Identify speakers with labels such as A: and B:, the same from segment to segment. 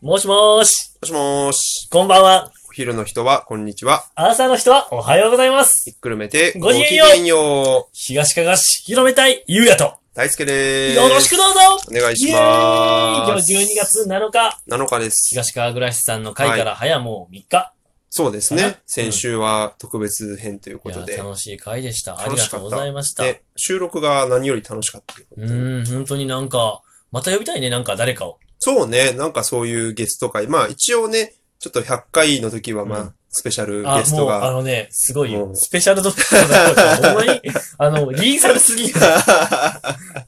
A: もしもーし、
B: もしもーし。
A: こんばんは。
B: お昼の人は、こんにちは。
A: 朝の人はおはようございます。
B: ひっくるめて、
A: ごきげんよう
B: ごきげんよう
A: 東かがし、広めたい、ゆうやと。
B: 大輔でーす。
A: よろしくどうぞ
B: お願いし
A: 今
B: ま
A: 日
B: す。
A: 12月7日、
B: 7日です。
A: 東川暮らしさんの会から早もう3日。
B: そうです
A: かな
B: ね。先週は特別編というこ
A: い
B: と
A: や
B: で。
A: 楽しい会でした。あり
B: 楽
A: が
B: しか
A: と
B: った
A: うございました。う
B: で、収録が何より楽しかった。
A: ーん、本当になんか、また呼びたいね、なんか誰かを。
B: そうね。なんかそういうゲスト会。まあ一応ね、ちょっと100回の時は、まあ、
A: うん
B: スペシャル
A: あ
B: ゲ、ス
A: も
B: ト
A: う、あ
B: が。
A: のね、すごいよ
B: う。ん
A: スペシャルドクターだった。ほんまに、 あの、リーサルすぎる。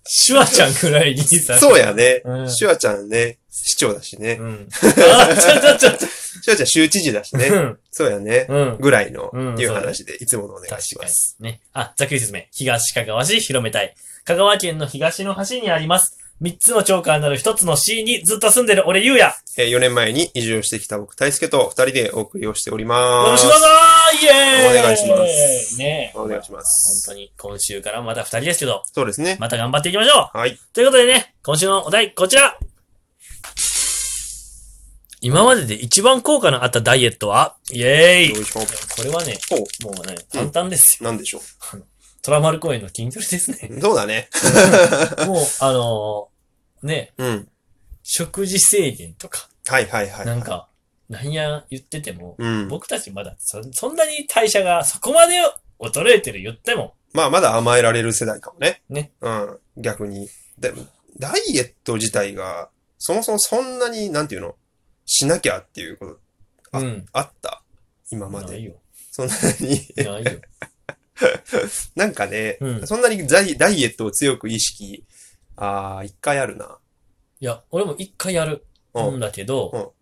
A: シュワちゃんくらいリーサル。
B: そうやね
A: うん。
B: シュワちゃんね、市長だしね。
A: うん。あ、ちょちょちょちょ。
B: シュワちゃん州知事だし
A: う
B: ね。
A: ん。
B: そうやね。
A: うん。
B: ぐらいの
A: うん、
B: いう話で、いつものお願いし
A: 確か
B: ま
A: に
B: す。。
A: ね。あ、ざっくり説明。東かがわ市広めたい。香川県の東の端にあります。三つの町からなる一つの市にずっと住んでる俺ゆうや。よ
B: えー、4年前に移住してきた僕、大輔と2人でお送りをしております。
A: ろしくどうぞイエーイ
B: お願いします
A: ねえ。
B: お願いします
A: 本当に今週からまた二人ですけど、
B: そうですね。
A: また頑張っていきましょ
B: はい。
A: うということでね、今週のお題、こちら今までで一番効果のあったダイエットはイエー
B: よ
A: イ
B: いしょ。
A: これはね、もうね、簡単ですよ。
B: なんでしょ
A: トラマル公園の筋トレですね。
B: う。そうだね。
A: もう、あのーね、
B: うん。
A: 食事制限とか、
B: はいはいはい。
A: なん。か、なんや言ってても、
B: うん。
A: 僕たちまだそそんなに代謝がそこまで衰えてる言っても、
B: まあ、まだ甘えられる世代かもね。
A: ね。
B: うん。逆に。でも、ダイエット自体が、そもそもそんなに、なんていうのしなきゃっていうこと、あ
A: うん。
B: あった今ま
A: ない
B: で。
A: よ。。
B: そんなに
A: ないよ。
B: なんかね、
A: うん
B: そんなにダイダイエットを強く意識、ああ、一回あるな。
A: いや、俺も一回やる
B: うん
A: んだけど、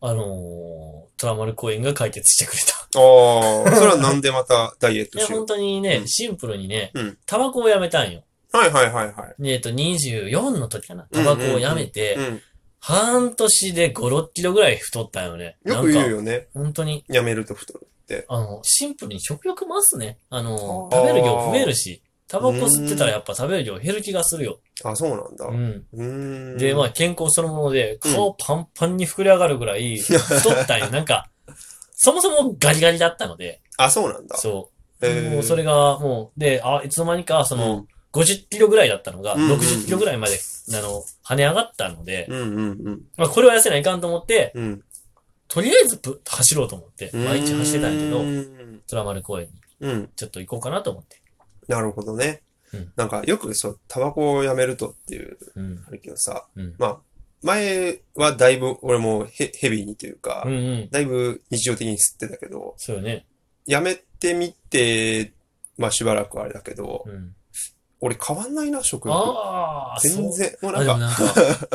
A: あのー、トラマル公園が解決してくれた。
B: あ あ、それはなんでまたダイエット
A: いや、
B: しよ
A: 本
B: う。
A: 当に
B: う
A: ね、
B: ん
A: シンプルにね
B: うん、
A: タバコをやめたんよ。
B: はいはいはいは
A: でえっと、24の時かな。タバコをやめ
B: い。う
A: て、
B: ん。
A: 半年で5、6キロぐらい太ったよね。
B: よく言う
A: なんか、
B: よね。
A: 本当に。
B: やめると太る。
A: あの、シンプルに食欲増すね。あの、
B: あー
A: 食べる量増えるし、タバコ吸ってたらやっぱ食べる量減る気がするよ。
B: あ、そうなんだ。
A: う。
B: うんーん。
A: で、まあ健康そのもので、
B: うん
A: 顔パンパンに膨れ上がるぐら い太ったんよ。なんか、そもそもガリガリだったので、
B: あ、そうなんだ。
A: そう。
B: へー
A: もうそれが、もう、で、あ、いつの間にか、その、
B: うん
A: 50キロぐらいだったのが、
B: うんうんうん
A: 60キロぐらいまで、あの、跳ね上がったので、
B: うんうんうん。
A: まあこれは痩せないかんと思って、
B: うん。
A: とりあえずぶ走ろうと思って、毎日走ってたんやけ
B: う
A: ど、
B: ん。
A: トラマル公園に
B: うん。
A: ちょっと行こうかなと思って。
B: なるほどね
A: うん。
B: なんか、よくそう、タバコをやめるとっていう、
A: うん。
B: あるけどさ、
A: うん
B: まあ、前はだいぶ、俺もヘヘビーにというか、
A: うんうん。
B: だいぶ日常的に吸ってたけど、
A: そうよね。
B: やめてみて、まあしばらくあれだけど、
A: うん。
B: 俺変わんないな、食欲。
A: ああ、
B: 全
A: そう。
B: 然、もうな
A: あ、
B: ん
A: でも
B: か、
A: なんか、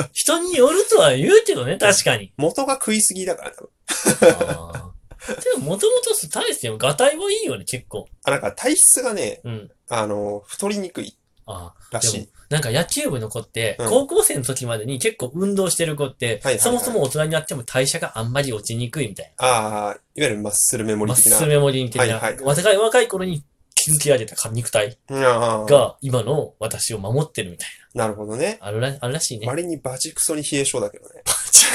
A: 人によるとは言うけど ね、確かに。
B: 元が食いすぎだから、多分
A: あーでも、もともと大しても、ガタイもいいよね、結構。
B: あ、なんか体質がね、
A: うん。
B: あの、太りにくい
A: ああ。
B: らし
A: でも
B: い。
A: なんか野球部の子って、
B: うん
A: 高校生の時までに結構運動してる子って、
B: はいはいはい
A: そもそも大人になっても代謝があんまり落ちにくいみたい
B: ああ、いわゆるマッスルメモ
A: な。マ
B: リ
A: ッ
B: ー的な。
A: スルメモリーみたいな。
B: はいはい
A: 若い若い頃に築き上げた肉体
B: ああ、
A: が、今の私を守ってるみたい
B: なるほどね。
A: な。あるらあるらしいね。
B: 割にバチクソに冷え性だけどね。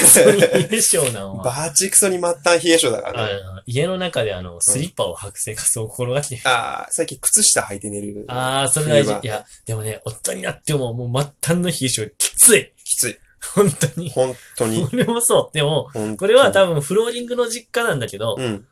A: そういうショーなのは。
B: バチクソに末端冷え性だからね。
A: あの家の中であの、スリッパを履く生活を心がけて。
B: ああ、最近靴下履いて寝る。
A: ああ、それ大事
B: 冬場。
A: いや、でもね、夫になってももう末端の冷え性きつい。
B: きつい。
A: 本当に。
B: 本当に。
A: 俺もそう。でも、
B: 本当 に
A: これは多分フローリングの実家なんだけど、
B: うん。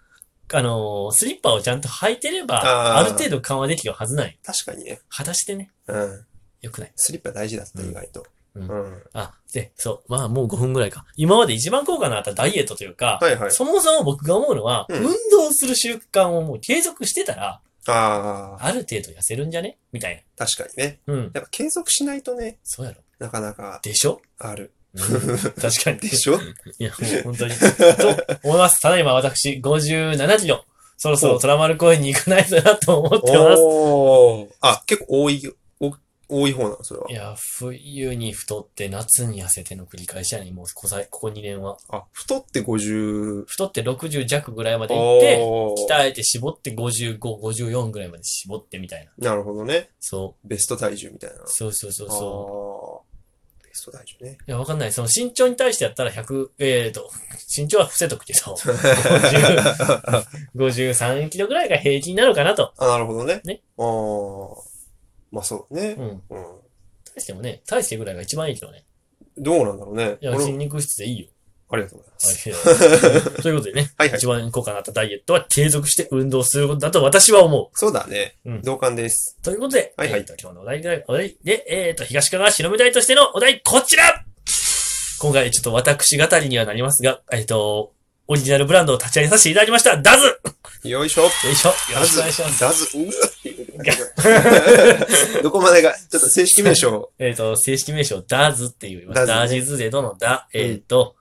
A: あのースリッパをちゃんと履いてれば、あ
B: あー
A: る程度緩和できるはずない。
B: 確かにね。
A: 裸足でね、
B: うん。
A: よくない。
B: スリッパ大事だった、
A: うん
B: 意外と。
A: う
B: うんん。
A: あ、で、そう。まあもう5分ぐらいか。今まで一番効果のあったダイエットというか、
B: はいはい。
A: そもそも僕が思うのは、
B: うん
A: 運動する習慣をもう継続してたら、
B: ああ、
A: ある程度痩せるんじゃねみたい
B: 確かにね。
A: な。うん。
B: やっぱ継続しないとね、
A: そうやろ。
B: なかなか
A: でしょ、
B: ある。
A: 確かに。
B: でしょ
A: いや、もう本当に。と思います。ただいま私、57キロ。そろそろトラマル公園に行かないとなと思ってます。。
B: おー。 あ、結構多いよ、お多い方なの、それはい
A: や、冬に太って夏に痩せての繰り返しやねもうこさいここ2年は。
B: あ、太って50。
A: 太って60弱ぐらいまで行って、
B: おー
A: 鍛えて絞って55、54ぐらいまで絞ってみたいな。
B: なるほどね。
A: そ
B: ベスト体重みたいな
A: う。。そうそうそうそう。
B: そベスト体重ね。
A: いや、わかんない。その身長に対してやったら100、えーと、身長は伏せとくけ ど、50 53キロぐらいが平均なのかなと。
B: あ、なるほどね。
A: ね。
B: あーまあそうね
A: う。ん。
B: うん。
A: 大してもね、大してぐらいが一番いいけどね。
B: どうなんだろうね。
A: いや、
B: 俺
A: 筋
B: も
A: 肉質でいいよ。
B: ありがとうございます。
A: はいということでね、
B: はいはい
A: 一番効果のあったダイエットは継続して運動することだと私は思
B: そうだね。
A: うん
B: 同感です。
A: う。ということで、
B: はいはい
A: えーと今日のお題で、お題で、えーと、東川白目大としてのお題、こちら今回ちょっと私語りにはなりますが、えっ、と、オリジナルブランドを立ち上げさせていただきました、ダズよ
B: よいしょ。
A: いしょ、よろしくお願いします。
B: ダズ、うわどこまでが、ちょっと正式名称。
A: えっ、と、正式名称、ダズって言います。ダ
B: ダズ
A: ジ
B: ね
A: ズでどのダ、
B: うん
A: えっ、と、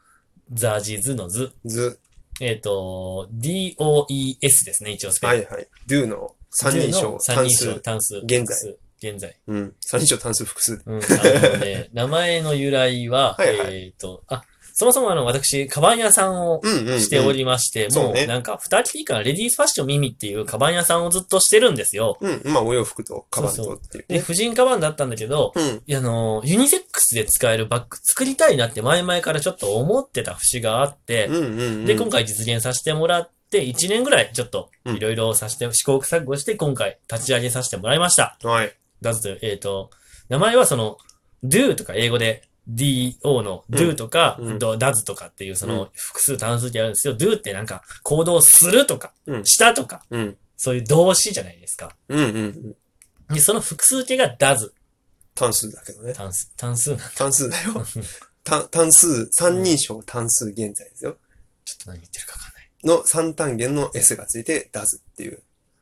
A: ザジズのズ、
B: ズ。
A: えっ、と、DOES ですね、一応スペル。
B: はいはい。do の三人称、
A: 三
B: 単
A: 人称、
B: 数。
A: 単数。
B: 現在
A: 複数。現在。
B: うん。三人称単数複数。
A: うん。あの ね、名前の由来は、
B: はいはい
A: えっ、と、あ、そもそもあの、私、カバン屋さんを
B: うんうん、うん。
A: しておりまして、
B: んそう
A: もう
B: ね
A: なんか、二人きりからレディースファッション耳っていうカバン屋さんをずっとしてるんですよ。
B: うん。まあ、お洋服と、カバンとっていう
A: で、
B: ね。
A: 婦人カバンだったんだけど、
B: うん。
A: いや、あの、ユニセックスで使えるバッグ作りたいなって前々からちょっと思ってた節があって、
B: うんうんうん。
A: で、今回実現させてもらって、1年ぐらいちょっと
B: うん
A: いろいろさせて、試行錯誤して今回立ち上げさせてもらいました。
B: はい。
A: だと、えっ、と、名前はその、do とか英語で do の
B: うん
A: do とか、
B: うん
A: does とかっていうそうの複数単数形あるんですよ。do ってなんか行動するとか、
B: うん
A: したとか、
B: うん。
A: そういう動詞じゃないですか。
B: うんうんうん。
A: で、その複数形が does、
B: 単数だ けどね。
A: 単数、単数な、ちょ
B: 単数だよ。単単数、三人称単数現在ですよ。
A: っと何言ってるかわかんない。
B: の三単元の S がついて、出すっていう。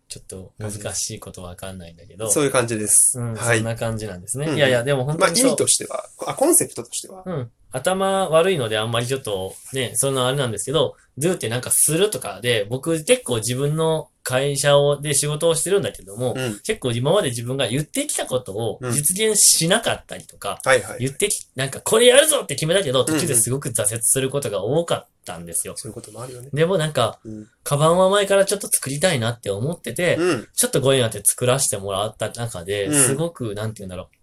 A: ちょっと難しいことわかんないんだけど、
B: そういう感じです。
A: うん、
B: は
A: そん
B: い。
A: な感じなんですね。
B: うん
A: いやいや、でも本
B: まあ
A: 当
B: 意
A: にそう
B: 味としては、あ、コンセプトとしては。
A: うん。頭悪いのであんまりちょっとね、そのあれなんですけど、do ってなんかするとかで、僕結構自分の会社をで仕事をしてるんだけども、
B: うん。
A: 結構今まで自分が言ってきたことを
B: うん
A: 実現しなかったりとか、
B: はいはい。
A: 言ってき、なんかこれやるぞって決めたけど、
B: んうん
A: 途中ですごく挫折することが多かったんですよ。
B: そういうこともあるよね。
A: でもなんか、
B: うん。
A: カバンは前からちょっと作りたいなって思ってて、
B: うん。
A: ちょっとご縁あって作らせてもらった中で、
B: うん
A: すごく、なんて言うんだろう。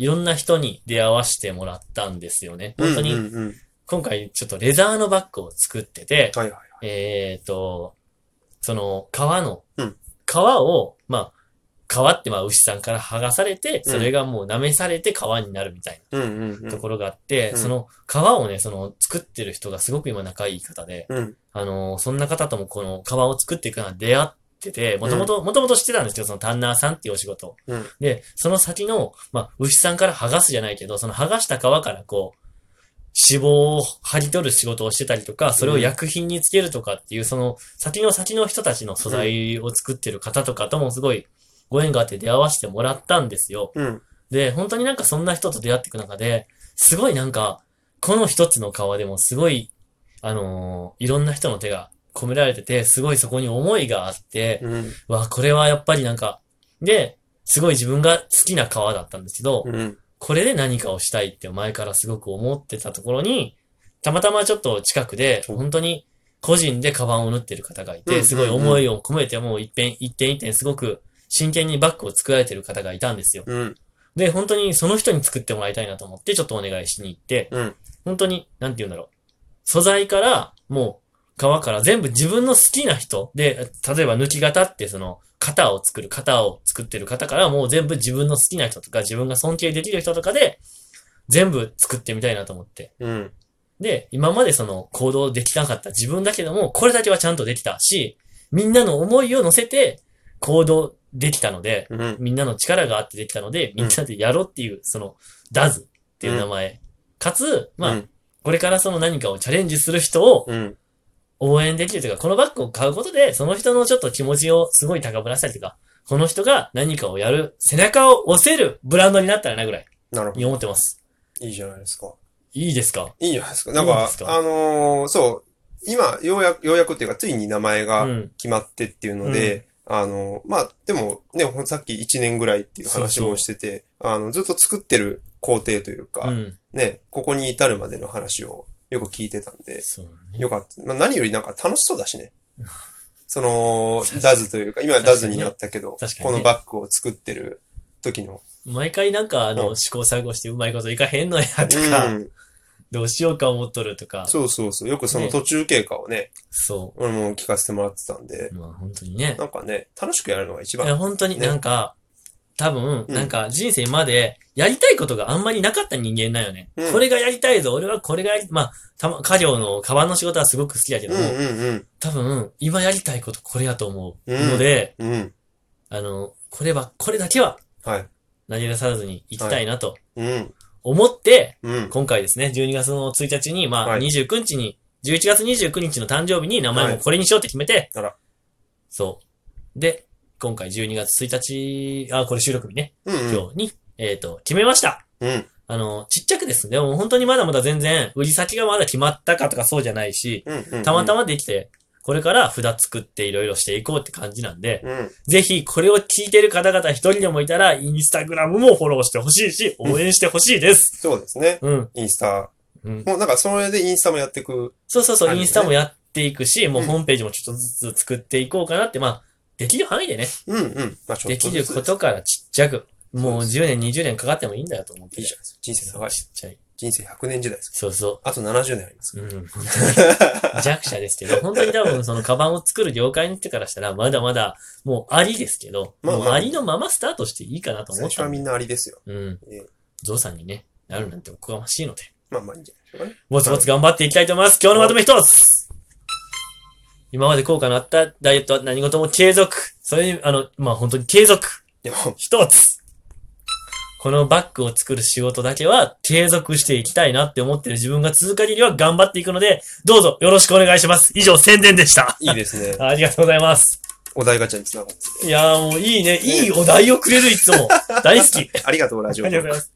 A: いろんな人に出会わせてもらったんですよね。本当に
B: うんうんうん。
A: 今回ちょっとレザーのバッグを作ってて、
B: はいはい。
A: えっ、と、その革の、
B: うん
A: 革を、まあ、革ってまあ牛さんから剥がされて、
B: うん
A: それがもう舐めされて革になるみたい
B: うんうんう。
A: なんところがあって、
B: うん
A: その革をね、その作ってる人がすごく今仲いい方で、
B: うん。
A: あのーそんな方ともこの革を作っていくのは出会ってて、もともと、もともと知ってたんですけど、そのタンナーさんっていうお仕事を。
B: うん
A: で、その先の、まあ、牛さんから剥がすじゃないけど、その剥がした革からこう、脂肪を剥ぎ取る仕事をしてたりとか、それを薬品につけるとかっていう、その先の先の人たちの素材を作ってる方とかともすごいご縁があって出会わせてもらったんですよ。
B: うん。
A: で、本当になんかそんな人と出会っていく中で、すごいなんか、この一つの川でもすごい、あのーいろんな人の手が込められてて、すごいそこに思いがあって、
B: うん。
A: わ、これはやっぱりなんか、で、すごい自分が好きな川だったんですけど、
B: うん。
A: これで何かをしたいって前からすごく思ってたところに、たまたまちょっと近くで、
B: うん
A: 本当に個人でカバンを縫ってる方がい
B: うんうんう
A: て、
B: ん
A: すごい思いを込めてもう一点一点一点すごく真剣にバッグを作られてる方がいたんですよ。
B: うん。
A: で、本当にその人に作ってもらいたいなと思って、ちょっとお願いしに行って、
B: うん
A: 本当に、なんて言うんだろう。素材から、もう、革から全部自分の好きな人で、例えば抜き型ってその、型を作る、型を作ってる方からもう全部自分の好きな人とか、自分が尊敬できる人とかで、全部作ってみたいなと思って。
B: うん。
A: で、今までその行動できなかった自分だけども、これだけはちゃんとできたし、みんなの思いを乗せて行動できたので、
B: うん。
A: みんなの力があってできたので、みんなでやろうっていう、その、ダズっていう名前。かつ、まあ、
B: うん
A: これからその何かをチャレンジする人を
B: うん。
A: 応援できるというか、このバッグを買うことで、その人のちょっと気持ちをすごい高ぶらせたりとか、この人が何かをやる、背中を押せるブランドになったらなぐらい
B: なるほど。
A: に思ってます。
B: いいじゃないですか。
A: いいですか
B: いいじゃないですか。なん
A: いいん
B: か
A: です、か
B: あのー、そう。今、ようやく、ようやくっていうか、ついに名前
A: う
B: が、
A: ん。
B: 決まってっていうので、あの、まあ、でもね、ほんさっき1年ぐらいっていう話
A: そうそう
B: をしてて、あの、ずっと作ってる工程というか、
A: うん。
B: ね、ここに至るまでの話をよく聞いてたんで、
A: そうね。
B: よかった。まあ、何よりなんか楽しそうだしね。その、ダズというか、今はダズになったけど、
A: 確かにね
B: このバッグを作ってる時の。
A: 毎回なんか、あ
B: う
A: の、
B: ん
A: 試行錯誤してうまいこといかへんのやと
B: う
A: か、
B: ん。
A: どうしようか思っとるとか、
B: そうそうそう。よくその
A: ね
B: 途中経過をね、
A: そ
B: 俺も聞かせてもらってたんで、
A: う。まあ本当にね。
B: なんかね、楽しくやるのが一
A: い
B: 番。
A: や、本当に
B: ね
A: なんか、多分、
B: うん
A: なんか人生までやりたいことがあんまりなかった人間だよね。
B: うん
A: これがやりたいぞ、俺はこれがやり、まあ、たま、家業の、カバンの仕事はすごく好きだけ
B: う
A: ど
B: ん
A: も、
B: うん
A: 多分、今やりたいことこれやと思う。
B: うん
A: ので、
B: うん。うん。
A: あの、これは、これだけは
B: はい。
A: 投げ出さずに行きたいなと
B: うん。
A: 思って、
B: うん。
A: 今回ですね、12月の1日に、まあ、
B: はい
A: 29日に、11月29日の誕生日に名前もこれにしようって決めて、
B: あら
A: そう。で、今回12月1日、あ、これ収録日ね、
B: うんうん。
A: 今日に、えっ、と、決めました。
B: うん。
A: あの、ちっちゃくですね、でも本当にまだまだ全然、売り先がまだ決まったかとかそうじゃないし、
B: うん。うん。
A: たまた
B: ま。
A: まできて、これから札作っていろいろしていこうって感じなんで、
B: うん。
A: ぜひこれを聞いてる方々一人でもいたら、インスタグラムもフォローしてほしいし、応援してほしいです。
B: そうですね。
A: うん。
B: インスタ。
A: うん。
B: もうなんかそれでインスタもやっていく。
A: そうそうそ
B: あ
A: う、
B: るよね
A: インスタもやっていくし、もううんホームページもちょっとずつ作っていこうかなって、まあ、できる範囲でね、
B: うんうん。まあちょっ
A: で
B: と
A: き
B: ず
A: る
B: つ
A: ことからちっちゃく、もう
B: そう
A: 10年、20年かかってもいいんだよと思って。
B: いいじゃん。人生長い。
A: ちっちゃい。
B: 人生100年時代です。
A: そうそ
B: あと70年あります。
A: う。うん、 本当に弱者ですけど、本当に多分そのカバンを作る業界の人からしたら、まだまだ、もうありですけど、
B: まあまあ
A: もうありのままスタートしていいかなと思
B: 最
A: っ
B: 初
A: た
B: は
A: ん
B: み
A: で
B: んなありですよ。
A: うん
B: ええ。
A: ゾウさんにね、なるなんておこがましいので、
B: まあまあいいんじゃないでしょ
A: ぼつぼつ頑張っていきたいと思います。今日のまとめ一つ今まで効果のあったダイエットは何事も継続。それに、あの、まあ、本当に継続。
B: うかね。
A: 一つ。このバッグを作る仕事だけは継続していきたいなって思ってる自分が続く限りは頑張っていくので、どうぞよろしくお願いします。以上、宣伝でした。
B: いやいいですね。
A: ありがとうございます。
B: お題ガチャにつながって。
A: いやーもういいね。いいお題をくれる、いつも。大好き。あり
B: ありがとう、ラジオ。
A: がとうございます。